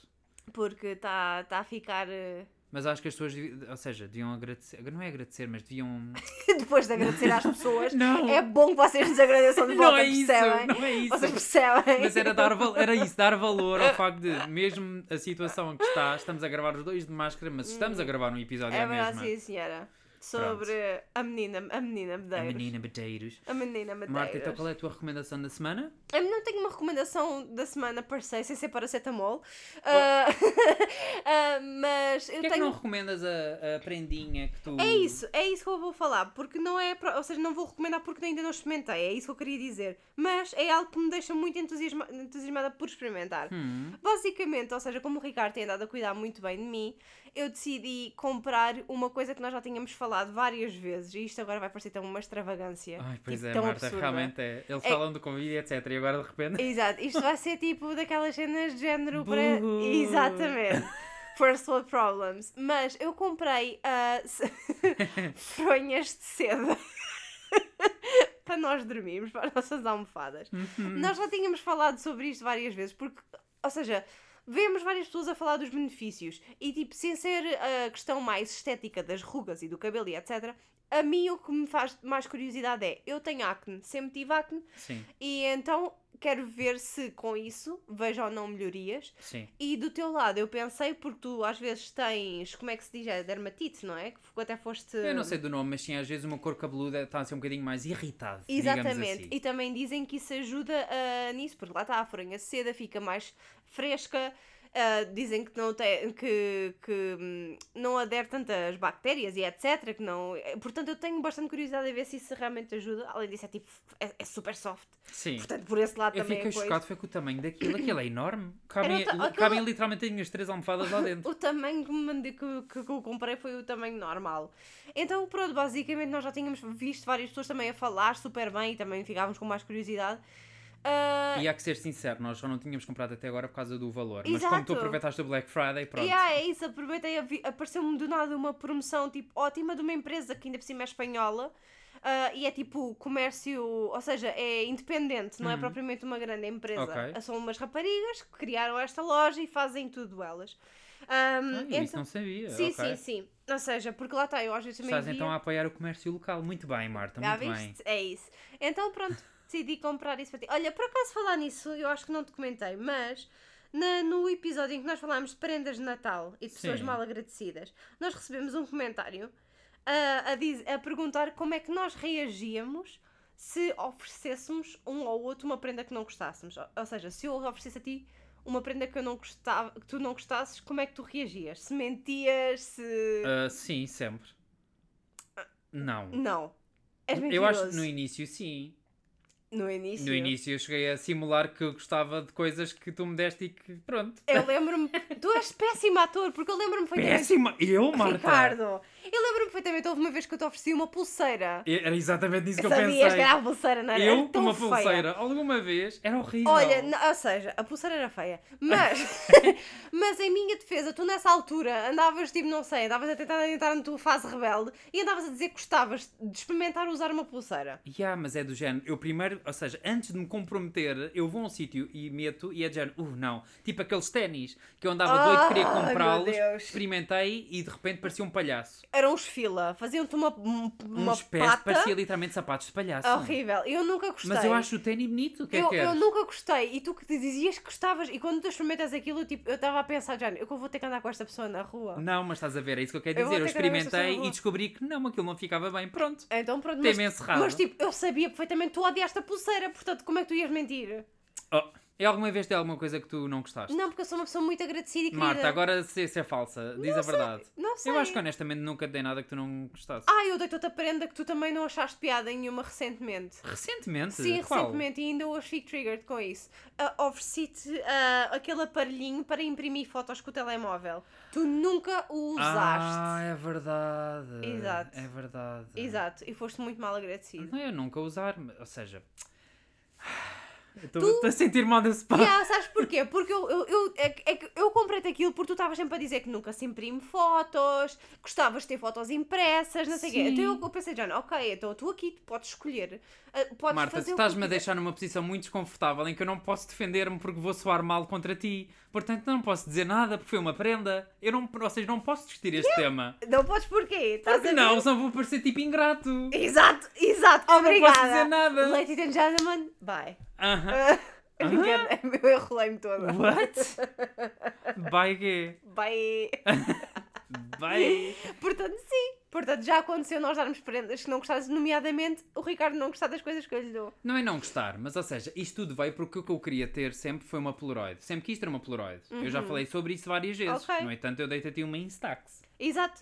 S1: Porque está tá a ficar. uh,
S2: Mas acho que as pessoas, devi- ou seja, deviam agradecer, não é agradecer, mas deviam.
S1: Depois de agradecer às pessoas,
S2: Não.
S1: é bom que vocês nos agradeçam de volta,
S2: não é isso,
S1: percebem?
S2: não é isso.
S1: Vocês percebem?
S2: Mas era, dar, val- era isso, dar valor ao facto de, mesmo a situação em que está, estamos a gravar os dois de máscara, mas estamos a gravar um episódio
S1: É
S2: à mesma.
S1: verdade, sim, senhora. sobre a menina, a menina
S2: A
S1: Medeiros.
S2: menina Bedeiros.
S1: A menina Medeiros.
S2: Marta, então qual é a tua recomendação da semana?
S1: Eu não tenho uma recomendação da semana per se, sem ser paracetamol. Ah, ah, mas eu
S2: Porquê é Oh. que
S1: tenho.
S2: não recomendas a, a prendinha que tu...
S1: É isso, é isso que eu vou falar, porque não é, pro- ou seja, não vou recomendar porque ainda não experimentei, é isso que eu queria dizer. Mas é algo que me deixa muito entusiasma- entusiasmada por experimentar.
S2: Hum,
S1: Basicamente, ou seja, como o Ricardo tem andado a cuidar muito bem de mim, eu decidi comprar uma coisa que nós já tínhamos falado várias vezes, e isto agora vai parecer tão uma extravagância.
S2: Ai, pois
S1: tipo,
S2: é,
S1: tão
S2: Marta,
S1: absurda.
S2: realmente é. Eles falam do Covid, etc. E agora de repente.
S1: Exato, isto vai ser tipo daquelas cenas de género para.
S2: Burro.
S1: Exatamente. First world problems. Mas eu comprei ah, se- fronhas de seda para nós dormirmos, para as nossas almofadas. Nós já tínhamos falado sobre isto várias vezes, porque, ou seja, vemos várias pessoas a falar dos benefícios e, tipo, sem ser a questão mais estética das rugas e do cabelo e etc. A mim o que me faz mais curiosidade é, eu tenho acne, sempre tive acne,
S2: Sim,
S1: e então quero ver se com isso vejo ou não melhorias.
S2: sim.
S1: E do teu lado, eu pensei, porque tu às vezes tens, como é que se diz, é dermatite, não é? Que até foste.
S2: Eu não sei do nome, mas sim, às vezes o meu cor cabeluda está a ser um bocadinho mais irritado.
S1: Exatamente,
S2: Digamos assim.
S1: e também dizem que isso ajuda ah, nisso, porque lá está a fronha seda, fica mais fresca, ah, dizem que não, tem, que, que hum, não adere tantas bactérias e etc. Que não, eh, portanto, eu tenho bastante curiosidade a ver se isso realmente ajuda. Além disso, é tipo, é, é super soft,
S2: Sim.
S1: portanto, por esse lado
S2: Eu
S1: também
S2: fiquei
S1: é coisa.
S2: chocado foi com o tamanho daquilo. Aquilo é enorme. Cabem,
S1: ta- aquilo- é
S2: cabem literalmente as minhas três almofadas lá dentro.
S1: O tamanho que, me mandei, que, que, que eu comprei foi o tamanho normal. Então, pronto, basicamente nós já tínhamos visto várias pessoas também a falar super bem e também ficávamos com mais curiosidade. Ah,
S2: E há que ser sincero, nós só não tínhamos comprado até agora por causa do valor. Mas como tu
S1: Exato.
S2: aproveitaste o Black Friday, pronto.
S1: e ah, é isso, aproveitei, vi- apareceu-me do nada uma promoção tipo ótima de uma empresa que ainda por cima é espanhola ah, e é tipo comércio, ou seja, é independente, não é
S2: Uhum.
S1: propriamente uma grande empresa. Ah,
S2: Ok.
S1: São umas raparigas que criaram esta loja e fazem tudo elas. Ah,
S2: Ah, eu isso
S1: então-
S2: não sabia.
S1: Sim,
S2: ok.
S1: sim, sim. Ou seja, porque lá está, eu às vezes também
S2: Estás
S1: via-
S2: então a apoiar o comércio local. Muito bem, Marta,
S1: Já
S2: Tá muito bem.
S1: viste? É isso. Então pronto, decidi comprar isso para ti. Olha, por acaso falar nisso, eu acho que não te comentei, mas na- no episódio em que nós falámos de prendas de Natal e de pessoas
S2: Sim.
S1: mal agradecidas, nós recebemos um comentário ah, a, diz- a perguntar como é que nós reagíamos se oferecêssemos um ao outro uma prenda que não gostássemos. Ou, ou seja, se eu oferecesse a ti uma prenda que eu não gostava, que tu não gostasses, como é que tu reagias? Se mentias, se
S2: Ah, sim, sempre. Não.
S1: não. Hum, És
S2: Eu acho que
S1: mentiroso.
S2: no início sim.
S1: No início.
S2: No início eu cheguei a simular que eu gostava de coisas que tu me deste e que pronto.
S1: Eu lembro-me. tu és péssimo ator, porque eu lembro-me perfeitamente.
S2: Péssima! Eu, Marta?
S1: Ricardo! Eu lembro-me perfeitamente, houve uma vez que eu te ofereci uma pulseira.
S2: Era exatamente isso que eu
S1: Sabias que
S2: pensei.
S1: era a pulseira, não era? Era
S2: Eu com
S1: tão
S2: uma
S1: feia.
S2: pulseira alguma vez era horrível.
S1: Olha, não- ou seja, a pulseira era feia, mas, mas em minha defesa, tu nessa altura andavas tipo, não sei, andavas a tentar entrar na tua fase rebelde e andavas a dizer que gostavas de experimentar usar uma pulseira.
S2: Ya, mas é do género. Eu primeiro, ou seja, antes de me comprometer, eu vou a um sítio e meto e é do género, uh, não. Tipo aqueles ténis que eu andava doido, queria
S1: Ah, meu
S2: comprá-los,
S1: Deus.
S2: experimentei e de repente parecia um palhaço.
S1: Eram os fila, faziam-te uma, um- uma
S2: Uns pés
S1: pata
S2: parecia literalmente sapatos de palhaço.
S1: horrível. Eu nunca gostei.
S2: Mas eu acho o ténis bonito, o que é
S1: eu,
S2: que
S1: eu
S2: é?
S1: nunca gostei e tu que te dizias que gostavas e quando tu experimentas aquilo, tipo, eu estava a pensar, já, eu que vou ter que andar com esta pessoa na rua.
S2: Não, mas estás a ver, é isso que eu quero
S1: Eu vou
S2: dizer. Eu,
S1: ter que dar esta
S2: experimentei
S1: pessoa.
S2: e descobri que não, aquilo não ficava bem. Pronto.
S1: Então pronto,
S2: Tem
S1: mas,
S2: imenso ralo.
S1: mas tipo, eu sabia perfeitamente que tu odiaste a pulseira, portanto, como é que tu ias mentir?
S2: Oh, e alguma vez tem alguma coisa que tu não gostaste?
S1: Não, porque eu sou uma pessoa muito agradecida e querida.
S2: Marta, agora se, se é falsa, diz a verdade.
S1: Não sei.
S2: Eu acho que honestamente nunca dei nada que tu não gostasses.
S1: Ah, eu dei-te outra prenda que tu também não achaste piada nenhuma recentemente.
S2: Recentemente?
S1: Ah, Sim,
S2: Qual?
S1: recentemente, e ainda hoje fico triggered com isso. Ah, Ofereci-te ah, aquele aparelhinho para imprimir fotos com o telemóvel. Tu nunca o usaste.
S2: Ah, é verdade.
S1: Exato.
S2: É verdade.
S1: Exato, e foste muito mal agradecido.
S2: Não, eu nunca usar, mas- ou seja. eu Estou estou a sentir mal desse pá.
S1: Yeah, sabes porquê? Porque eu, eu, eu, é, que- é que eu comprei-te aquilo porque tu estavas sempre a dizer que nunca se imprime fotos, gostavas de ter fotos impressas, não sei o quê.
S2: Sim.
S1: Então eu, eu pensei, John, ok, então tu aqui tu podes escolher. ah, Podes
S2: Marta, tu
S1: fazer o que
S2: estás-me a
S1: quiser.
S2: deixar numa posição muito desconfortável em que eu não posso defender-me porque vou soar mal contra ti. Portanto, não posso dizer nada porque foi uma prenda. Eu não, ou seja, não posso discutir este tema.
S1: Não podes porquê? Estás
S2: Porque
S1: a
S2: não,
S1: ver?
S2: senão vou parecer tipo ingrato.
S1: Exato, exato,
S2: posso
S1: obrigada.
S2: dizer nada. Ah.
S1: Ladies and gentlemen, bye.
S2: Aham.
S1: Obrigada, eu enrolei-me toda.
S2: What? Bye, gay.
S1: Bye.
S2: Bye.
S1: Portanto, sim. Portanto, já aconteceu nós darmos prendas que não gostasse, nomeadamente o Ricardo não gostar das coisas que eu lhe dou.
S2: Não é não gostar, mas ou seja, isto tudo veio porque o que eu queria ter sempre foi uma Polaroid. Sempre quis ter uma Polaroid. Eu já falei sobre isso várias vezes.
S1: Uhum. Ok.
S2: No entanto, eu deitei-te uma Instax.
S1: Exato.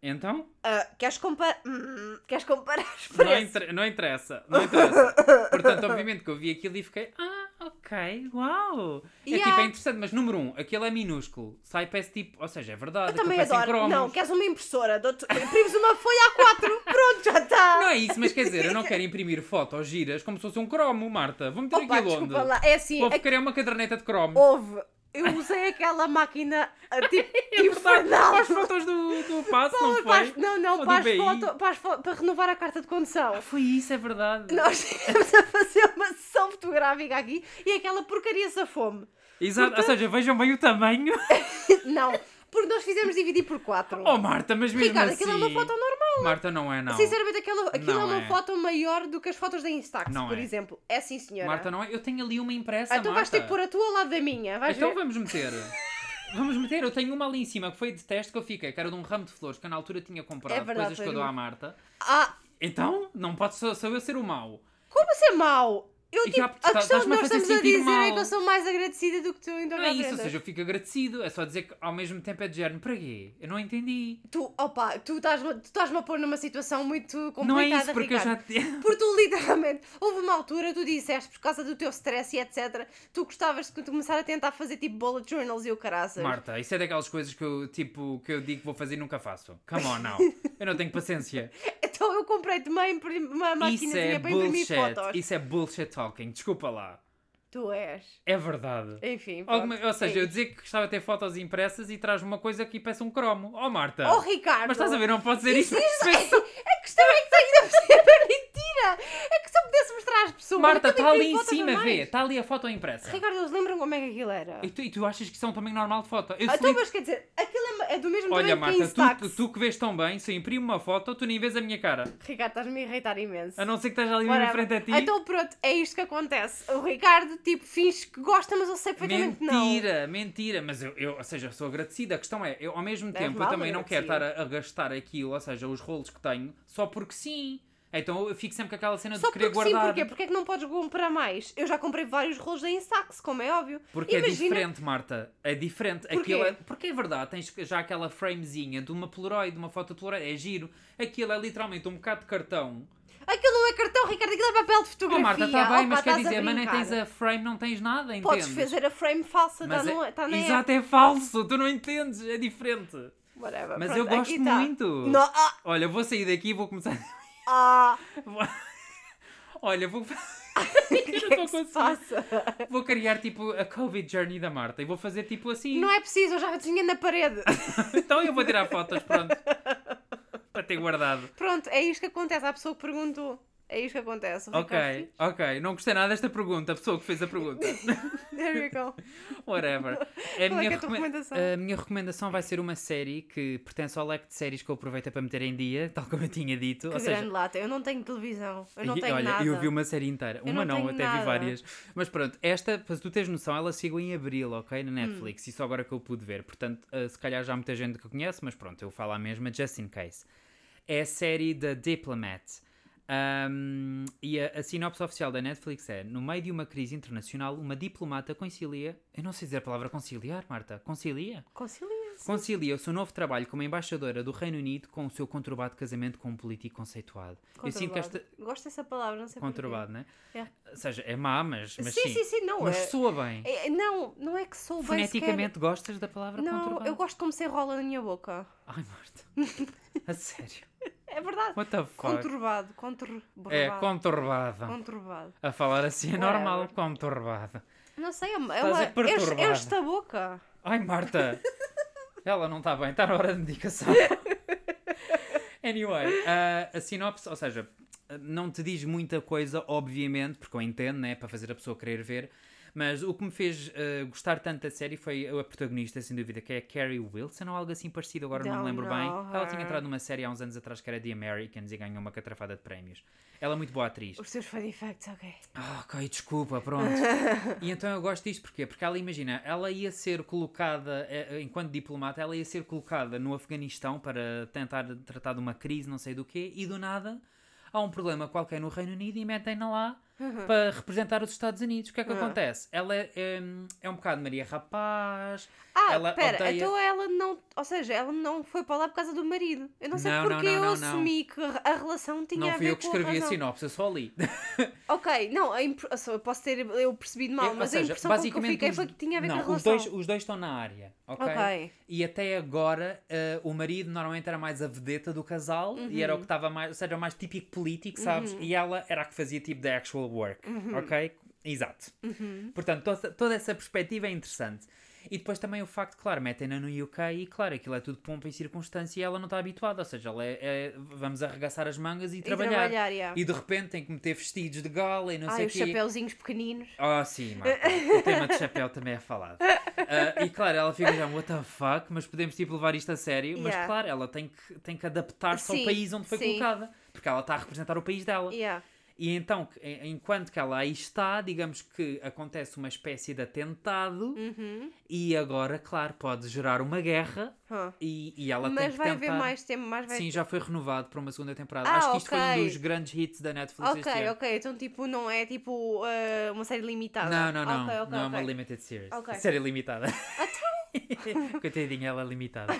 S2: Então,
S1: Ah, queres comparar? Hum, queres comparar os
S2: não,
S1: preços?
S2: inter- não interessa. Não interessa. Portanto, obviamente que eu vi aquilo e fiquei, ah, ok, uau. É
S1: Yeah.
S2: tipo, é interessante, mas número um, aquilo é minúsculo. Sai peça tipo, ou seja, é verdade.
S1: Eu
S2: aquilo
S1: também
S2: parece em
S1: adoro.
S2: cromos.
S1: Não, queres uma impressora? Dou-te- Imprimes uma folha A4. Pronto, já está.
S2: Não é isso, mas quer dizer, eu não quero imprimir fotos giras como se fosse um cromo, Marta. Vou meter
S1: Opa,
S2: aquilo onde?
S1: desculpa lá. É assim,
S2: Vou
S1: é que
S2: querer uma caderneta de cromo.
S1: houve. Eu usei aquela máquina ah, tipo
S2: É Verdade,
S1: infernal.
S2: Para as fotos do, do passo, não foi?
S1: Para as- não, não,
S2: Ou do
S1: para, as
S2: BI?
S1: foto, para, as fo- para renovar a carta de condução.
S2: Ah, Foi isso, é verdade.
S1: Nós estivemos a fazer uma sessão fotográfica aqui e aquela porcaria safou-me.
S2: Exato, ou seja, vejam bem o tamanho.
S1: Não, porque nós fizemos dividir por quatro.
S2: Oh, Marta, mas mesmo
S1: Ricardo,
S2: assim...
S1: aquilo é uma foto normal.
S2: Marta, não é, não.
S1: Sinceramente, aquela, aquilo é
S2: Não
S1: uma
S2: é.
S1: foto maior do que as fotos da Instax,
S2: Não
S1: por
S2: é.
S1: exemplo. É sim, senhora.
S2: Marta, não é. Eu tenho ali uma impressa,
S1: então vais
S2: Marta.
S1: ter que pôr a tua ao lado da minha. Vais
S2: Então
S1: ver?
S2: vamos meter. Vamos meter, eu tenho uma ali em cima que foi de teste que eu fiquei, que era de um ramo de flores que eu na altura tinha comprado,
S1: É verdade,
S2: coisas que
S1: foi
S2: eu dou
S1: uma-
S2: à Marta.
S1: Ah,
S2: Então, não pode só, só eu ser o mau.
S1: como ser mau? Eu,
S2: E
S1: tipo,
S2: já,
S1: a
S2: tá-
S1: questão que
S2: estás-me a
S1: nós
S2: fazer
S1: estamos a
S2: sentir
S1: dizer é
S2: mal.
S1: que eu sou mais agradecida do que tu ainda
S2: Não
S1: não
S2: é isso, ou
S1: aprendas.
S2: seja, eu fico agradecido, é só dizer que ao mesmo tempo é de género, para quê? Eu não entendi.
S1: Tu, opa, tu estás-me tu estás-me a pôr numa situação muito complicada,
S2: não é isso, porque
S1: Ricardo.
S2: eu já. te-
S1: Porque tu literalmente, houve uma altura, tu disseste, por causa do teu stress e etc, tu gostavas de começar a tentar fazer tipo bullet journals e o caraças.
S2: Marta, isso é daquelas coisas que eu, tipo, que eu digo que vou fazer e nunca faço. Come on, não. Eu não tenho paciência.
S1: Então eu comprei-te uma, imprim- uma
S2: isso
S1: maquinazinha
S2: é
S1: para imprimir
S2: bullshit.
S1: fotos.
S2: Isso é bullshit talking. Desculpa lá.
S1: Tu és.
S2: É verdade.
S1: Enfim,
S2: Alguma-
S1: pronto.
S2: ou seja,
S1: É
S2: eu
S1: isso.
S2: dizer que gostava de ter fotos impressas e traz-me uma coisa que peça um cromo. Oh, Marta.
S1: Oh, Ricardo!
S2: mas estás a ver, não pode dizer isto.
S1: A questão é que ainda por cima é mentira! É que se eu pudesse mostrar às pessoas.
S2: Marta,
S1: eu também
S2: está ali
S1: imprimo
S2: em
S1: fotos
S2: cima,
S1: normais.
S2: vê. Está ali a foto impressa.
S1: Ricardo, eles lembram como é que aquilo era?
S2: E tu, e tu achas que são também normal de foto? Eu
S1: Ah,
S2: se
S1: Então, mas quer dizer, aquilo é ma- é do mesmo
S2: Olha,
S1: tamanho que tá? a
S2: Marta,
S1: Instax.
S2: tu, tu que vês tão bem, se eu imprimo uma foto, tu nem vês a minha cara.
S1: Ricardo, estás-me a irritar imenso.
S2: A não ser que esteja ali mesmo em
S1: Whatever.
S2: frente a ti.
S1: Então pronto, é isto que acontece. O Ricardo, tipo, finge que gosta, mas eu sei perfeitamente que não.
S2: mentira, mentira. Mas eu, eu, ou seja, eu sou agradecida. A questão é, eu ao mesmo
S1: És
S2: tempo,
S1: mal
S2: eu também não quero estar
S1: agradecida.
S2: a, a gastar aquilo, ou seja, os rolos que tenho, só porque sim. Então eu fico sempre com aquela cena
S1: Só
S2: de querer
S1: porque sim,
S2: guardar.
S1: porquê? Porque é que não podes comprar mais? Eu já comprei vários rolos da Instax, como é óbvio.
S2: Porque
S1: Imagina-
S2: é diferente, Marta. É diferente.
S1: Porquê?
S2: Aquilo é- Porque é verdade, tens já aquela framezinha de uma Polaroid, de uma foto de Polaroid. É giro. Aquilo é literalmente um bocado de cartão.
S1: Aquilo não é cartão, Ricardo, aquilo é papel de
S2: Oh,
S1: fotografia.
S2: Marta, está bem,
S1: Opa,
S2: mas quer
S1: estás a
S2: dizer, mas nem
S1: brincar.
S2: tens a frame, não tens nada, entendes?
S1: Podes fazer a frame falsa, está
S2: Mas
S1: não
S2: é-
S1: tá na app.
S2: Exato, é falso, tu não entendes, é diferente.
S1: Whatever,
S2: Mas
S1: pronto,
S2: eu gosto
S1: aqui tá.
S2: muito.
S1: No- ah,
S2: Olha, eu vou sair daqui e vou começar.
S1: ah,
S2: vou- Olha, vou.
S1: o que
S2: eu
S1: é que
S2: não
S1: se
S2: estou a conseguir.
S1: passa?
S2: Vou criar tipo a Covid Journey da Marta e vou fazer tipo assim.
S1: Não é preciso, eu já desenhei na parede.
S2: Então eu vou tirar fotos, pronto. Para ter guardado.
S1: Pronto, é isto que acontece. Há pessoa que perguntou. É isto que acontece. O Ricardo
S2: Ok, ok. Não gostei nada desta pergunta, a pessoa que fez a pergunta.
S1: There you go.
S2: Whatever.
S1: Qual é que é a tua recomendação?
S2: A minha recomendação vai ser uma série que pertence ao leque de séries que eu aproveito para meter em dia, tal como eu tinha dito.
S1: Que
S2: Ou seja,
S1: grande lata. Eu não tenho televisão. Eu não
S2: E-
S1: tenho
S2: olha,
S1: nada.
S2: eu vi uma série inteira.
S1: Eu
S2: uma
S1: não
S2: não,
S1: tenho
S2: até
S1: nada.
S2: vi várias. Mas pronto, esta, para tu teres noção, ela sigo em abril, ok?
S1: Hum.
S2: Na Netflix. Isso agora que eu pude ver. Portanto, eh, se calhar já há muita gente que eu conhece, mas pronto, eu falo a mesma, just in case. É a série da Diplomat. Ahm, e a, a sinopse oficial da Netflix é: No meio de uma crise internacional, uma diplomata concilia. Eu não sei dizer a palavra conciliar, Marta. Concilia?
S1: Concilia-se.
S2: Concilia o seu novo trabalho como embaixadora do Reino Unido com o seu conturbado casamento com um político conceituado. Eu sinto que esta,
S1: Conturbado. Gosto dessa palavra, não sei porquê.
S2: conturbado, né?
S1: É.
S2: Ou seja, é má, mas, mas
S1: Sim, sim, sim, não
S2: mas
S1: é.
S2: soa bem.
S1: É, é, Não, não é que sou bem
S2: Foneticamente gostas da palavra
S1: sequer... Não,
S2: conturbado?
S1: eu gosto como se enrola na minha boca.
S2: Ai, Marta. A sério.
S1: É verdade.
S2: What the fuck?
S1: Conturbado. Conturbado.
S2: É, conturbado.
S1: Conturbado.
S2: A falar assim é
S1: Whatever.
S2: normal, conturbado.
S1: Não sei, é uma...
S2: Estás a
S1: é uma... enche-
S2: perturbar.
S1: enche-te a boca.
S2: Ai, Marta. Ela não está bem, está na hora de medicação. anyway, ah, a sinopse, ou seja, não te diz muita coisa, obviamente, porque eu entendo, né? Para fazer a pessoa querer ver. Mas o que me fez eh, gostar tanto da série foi a protagonista, sem dúvida, que é a Carrie Wilson ou algo assim parecido, agora não
S1: Don't
S2: me lembro bem.
S1: know
S2: Ela tinha
S1: her.
S2: entrado numa série há uns anos atrás que era The Americans e ganhou uma catrafada de prémios. Ela é muito boa atriz.
S1: Os teus fun facts, ok.
S2: Ah, ok, desculpa, pronto. e então eu gosto disto porquê? Porque ela, imagina, ela ia ser colocada, eh, eh, enquanto diplomata, ela ia ser colocada no Afeganistão para tentar tratar de uma crise, não sei do quê, e do nada há um problema qualquer no Reino Unido e metem-na lá
S1: Uhum.
S2: para representar os Estados Unidos. O que é que
S1: Ah.
S2: acontece? Ela é, é, é um bocado Maria Rapaz.
S1: Ah,
S2: Ela
S1: pera,
S2: odeia-
S1: então ela não. Ou seja, ela não foi para lá por causa do marido. Eu não sei
S2: Não, não,
S1: porque
S2: não,
S1: eu
S2: não, não.
S1: assumi que a relação tinha
S2: não
S1: a
S2: fui
S1: ver
S2: eu
S1: com
S2: que
S1: a
S2: escrevi a,
S1: razão.
S2: sinopse, eu só li.
S1: Ok, não, a impre- eu só- eu posso ter eu percebido mal,
S2: Eu- ou
S1: mas a
S2: seja,
S1: impressão com que eu
S2: basicamente
S1: fiquei
S2: os-
S1: foi que tinha a ver
S2: não,
S1: com a
S2: os
S1: relação.
S2: dois, os dois estão na área, ok?
S1: Ok.
S2: E até agora eh, o marido normalmente era mais a vedeta do casal e
S1: Uhum.
S2: era o que estava mais, ou seja, mais típico político, sabes? E ela era a que fazia tipo the actual work,
S1: Uhum.
S2: ok? Exato. Portanto, to- toda essa perspectiva é interessante. E depois também o facto, claro, metem-na no UK e, claro, aquilo é tudo pompa e circunstância e ela não está habituada. Ou seja, ela é, é- vamos arregaçar as mangas e,
S1: E trabalhar, yeah.
S2: E de repente tem que meter vestidos de gala e não
S1: Ai,
S2: sei o
S1: os
S2: quê.
S1: chapéuzinhos pequeninos.
S2: Ah, sim, Marta. o tema de chapéu também é falado. Ah, e claro, ela fica já, what the fuck, mas podemos tipo levar isto a sério. Mas
S1: Yeah.
S2: claro, ela tem que, tem que adaptar-se ao
S1: Sim,
S2: país onde foi
S1: sim.
S2: colocada, porque ela está a representar o país dela.
S1: Yeah.
S2: E então, que- en- enquanto que ela aí está, digamos que acontece uma espécie de atentado,
S1: Uhum.
S2: e agora, claro, pode gerar uma guerra,
S1: Huh.
S2: e, e ela tem
S1: Mas
S2: que
S1: vai
S2: tentar.
S1: haver mais tempo, mais vai.
S2: Sim, já foi renovado para uma segunda temporada.
S1: Ah,
S2: Acho que isto foi um
S1: ok.
S2: dos grandes hits da Netflix este
S1: ok,
S2: ano.
S1: ok, então tipo, não é tipo eh, uma série limitada.
S2: Não, não, não.
S1: Ok, ok,
S2: não é uma
S1: ok.
S2: limited series.
S1: Ok. Então?
S2: Série limitada. Coitadinha, ela é limitada.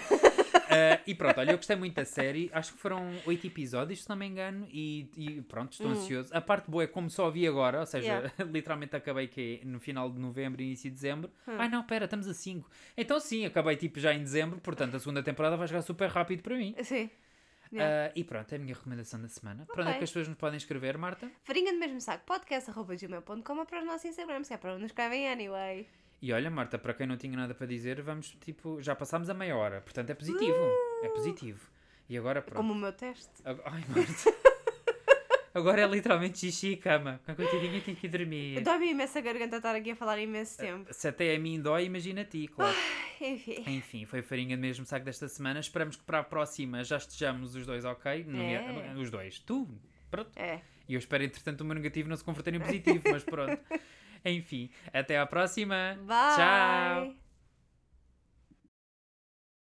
S2: Ah, e pronto, olha, eu gostei muito da série. Acho que foram oito episódios, se não me engano. E, e pronto, estou ansioso. A parte boa é como só vi agora, ou seja,
S1: Uhum. Yeah.
S2: literalmente acabei que é no final de novembro, início de dezembro.
S1: Hum.
S2: Ai não, pera, estamos a 5. Então sim, acabei tipo já em dezembro, portanto a segunda temporada vai chegar super rápido para mim.
S1: Sim. Yeah.
S2: Ah, e pronto, é a minha recomendação da semana. Para onde é
S1: Ok.
S2: que as pessoas nos podem escrever, Marta?
S1: Farinha do mesmo saco, podcast.gmail.com ou para os nossos Instagrams, que é para onde nos escrevem anyway.
S2: E olha, Marta, para quem não tinha nada para dizer, vamos tipo, já passámos a meia hora, portanto é positivo. É positivo. E agora pronto.
S1: Uh! É Como o meu teste.
S2: Ag- Ai, Marta. agora é literalmente xixi e cama. Com a coitadinha tem que ir dormir.
S1: Dói-me imenso a garganta estar aqui a falar imenso
S2: É.
S1: tempo.
S2: Se até a mim dói, imagina a ti, claro.
S1: Enfim.
S2: Enfim, foi farinha do mesmo saco desta semana. Esperamos que para a próxima já estejamos os dois ok. Não me-
S1: É.
S2: Os dois. Tu, pronto.
S1: É.
S2: E eu espero, entretanto, o meu negativo não se converter em positivo, mas pronto. Enfim, até à próxima.
S1: Bye!
S2: Tchau.